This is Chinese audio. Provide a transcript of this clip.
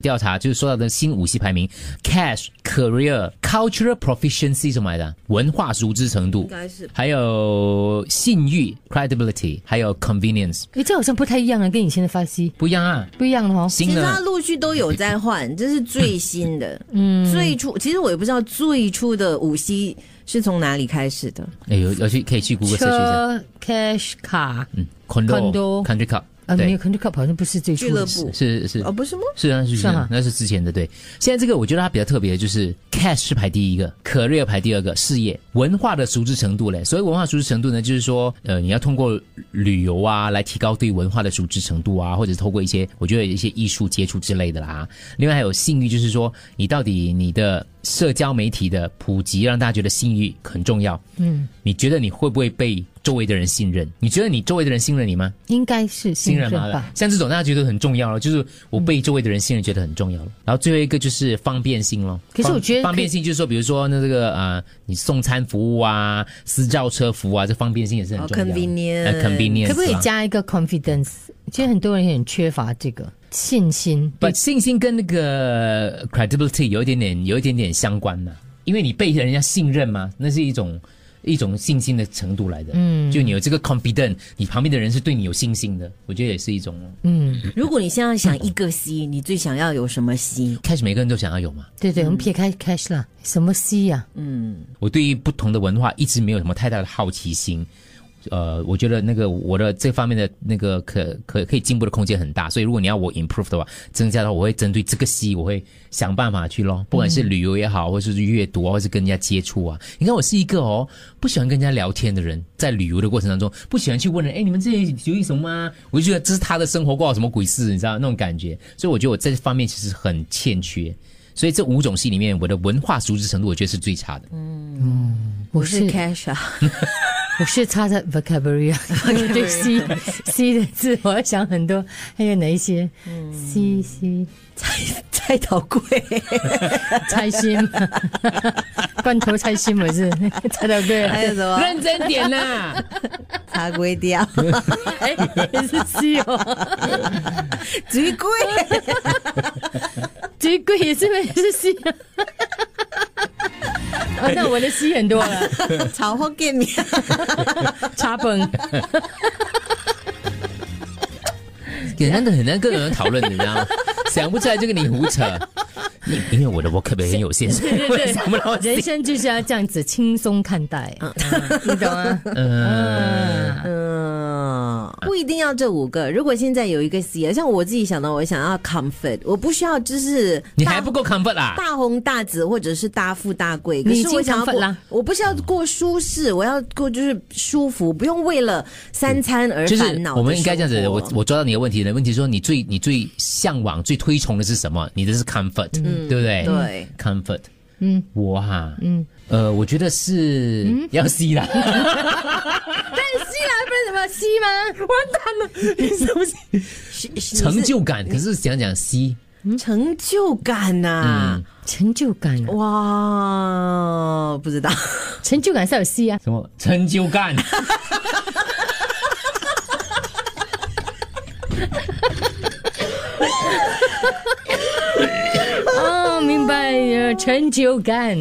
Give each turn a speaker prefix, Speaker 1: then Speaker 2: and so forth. Speaker 1: 调查，就是说到的新五系排名，cash、career、cultural proficiency 什么来着？文化熟知程度
Speaker 2: 应，该是
Speaker 1: 还有信誉 credibility，还有 convenience，
Speaker 3: 诶，这好像不太一样啊，跟以前的发息
Speaker 1: 不一样啊。
Speaker 3: 不一样了哦。
Speaker 2: 其
Speaker 1: 新
Speaker 2: 实它
Speaker 1: 的
Speaker 2: 陆续都有在换，这是最新的。嗯，最初其实我也不知道最初的五 C 是从哪里开始的。
Speaker 1: 哎有要去可以去 Google 搜一下，
Speaker 3: 车、cash 卡，
Speaker 1: 嗯，condo
Speaker 3: condo
Speaker 1: country club，
Speaker 3: 啊，没有
Speaker 1: 对，
Speaker 3: ，country club 好像不是最初
Speaker 2: 俱乐
Speaker 3: 的
Speaker 2: 部
Speaker 3: 事
Speaker 1: 是是
Speaker 2: 哦，不是吗？
Speaker 1: 是啊，是
Speaker 3: 是
Speaker 1: 啊
Speaker 3: 啊，
Speaker 1: 那是之前的对。现在这个我觉得它比较特别，的就是 cash 是排第一个，career 排第二个，事业文化的熟知程度嘞。所谓文化熟知程度呢，就是说，呃，你要通过旅游啊来提高对文化的熟知程度啊，或者透过一些我觉得有一些艺术接触之类的啦。另外还有信誉，就是说你到底你的社交媒体的普及，让大家觉得信誉很重要。嗯，你觉得你会不会被周围的人信任？你觉得你周围的人信任你吗？
Speaker 3: 应该嗯是
Speaker 1: 信
Speaker 3: 信
Speaker 1: 任
Speaker 3: 任
Speaker 1: 嘛
Speaker 3: 吧，？嗯
Speaker 1: 像这种大家觉得很重要了，就是我被周围的人信任，觉得很重要了。然后最后一个就是方便性咯。
Speaker 3: 可是我觉得
Speaker 1: 方方
Speaker 3: 可以
Speaker 1: 便性就是说，比如说那这个呃，你送餐服务啊、私轿车服务啊，这方便性也是很
Speaker 2: 哦
Speaker 1: 重要的。
Speaker 2: ，convenient
Speaker 1: 呃 convenience
Speaker 3: 可不可以
Speaker 1: 啦
Speaker 3: 加一个 confidence？其实很多人很缺乏这个信心。
Speaker 1: But 信心跟那个 credibility 有一点点有一点点相关呐、因为你被人家信任嘛，那是一种一种信心的程度来的。嗯，就你有这个 confident，你旁边的人是对你有信心的，我觉得也是一种咯。
Speaker 2: 如果你现在想一个 C，你最想要有什么 C？
Speaker 1: 开始每个人都想要有嘛。
Speaker 3: 对对，我们撇开 cash 啦，什么 C 啊呀？
Speaker 1: 嗯我对于不同的文化一直没有什么太大的好奇心。呃，我觉得那个我的这方面的那个可可可以进步的空间很大，所以如果你要我 improve 的话，增加的话，我会针对这个戏，我会想办法去咯，不管是旅游也好，或是阅读啊，或是跟人家接触啊。你看，我是一个哦不喜欢跟人家聊天的人，在旅游的过程当中，不喜欢去问人，哎，你们这里留意什么啊？我就觉得这是他的生活，关我什么鬼事？你知道那种感觉，所以我觉得我在这方面其实很欠缺。所以这五种戏里面，我的文化熟知程度，我觉得是最差的。
Speaker 3: 我
Speaker 2: 我是
Speaker 3: 是
Speaker 2: cash 啊，
Speaker 3: 我是差在 vocabulary 啊，对 C C 的字，我要想很多，还有哪一些 C C
Speaker 2: 菜头贵，
Speaker 3: 猜 心，罐头猜心我是猜到对，
Speaker 2: 还有什么
Speaker 1: 认真点啊 啦！
Speaker 2: 茶龟雕，
Speaker 3: 哎也是 C 哦，
Speaker 2: 最贵。
Speaker 3: 最贵也是也是 C 啊。哦，那我的 C 很多了，
Speaker 2: 炒后给你，
Speaker 3: 茶 本。
Speaker 1: 很难的，很难跟人讨论，你知道吗？ 想不出来就跟你胡扯。因因为我的 vocab 很有限，所以
Speaker 3: 对
Speaker 1: 我
Speaker 3: 对
Speaker 1: 也想不到
Speaker 3: 人生就是要这样子轻松看待，嗯你懂吗？
Speaker 1: 呃
Speaker 3: 嗯，
Speaker 2: 嗯，不一定要这五个。如果现在有一个 C，像我自己想到，我想要 comfort，我不需要就是
Speaker 1: 你
Speaker 2: 大
Speaker 1: 还不够 comfort 啊！
Speaker 2: 大红大紫或者是大富大贵，可
Speaker 3: 你已
Speaker 2: 是
Speaker 3: 经
Speaker 2: 我想要
Speaker 3: comfort
Speaker 2: 过
Speaker 3: 啦，
Speaker 2: 我不是要过舒适，我要过就是舒服，不用为了三餐而
Speaker 1: 就是
Speaker 2: 烦恼。
Speaker 1: 我们应该这样子，我我抓到你的问题了。问题说你最你最向往、最推崇的是什么？你的是 comfort，、对不嗯对？
Speaker 2: 对
Speaker 1: ，comfort。嗯，我哈，嗯，呃，我觉得是、要 C 啦。
Speaker 3: 吸啦，啊不然怎么吸吗？
Speaker 1: 成
Speaker 2: 成
Speaker 1: 就感，可是想讲 C，
Speaker 2: 成就感呐、
Speaker 3: 成就感
Speaker 1: 嗯
Speaker 2: 哦
Speaker 3: 啊，
Speaker 2: 哇，不知道，
Speaker 3: 成就感是有 C 啊，
Speaker 1: 什么成就感？
Speaker 3: 哦，明白，有成就感。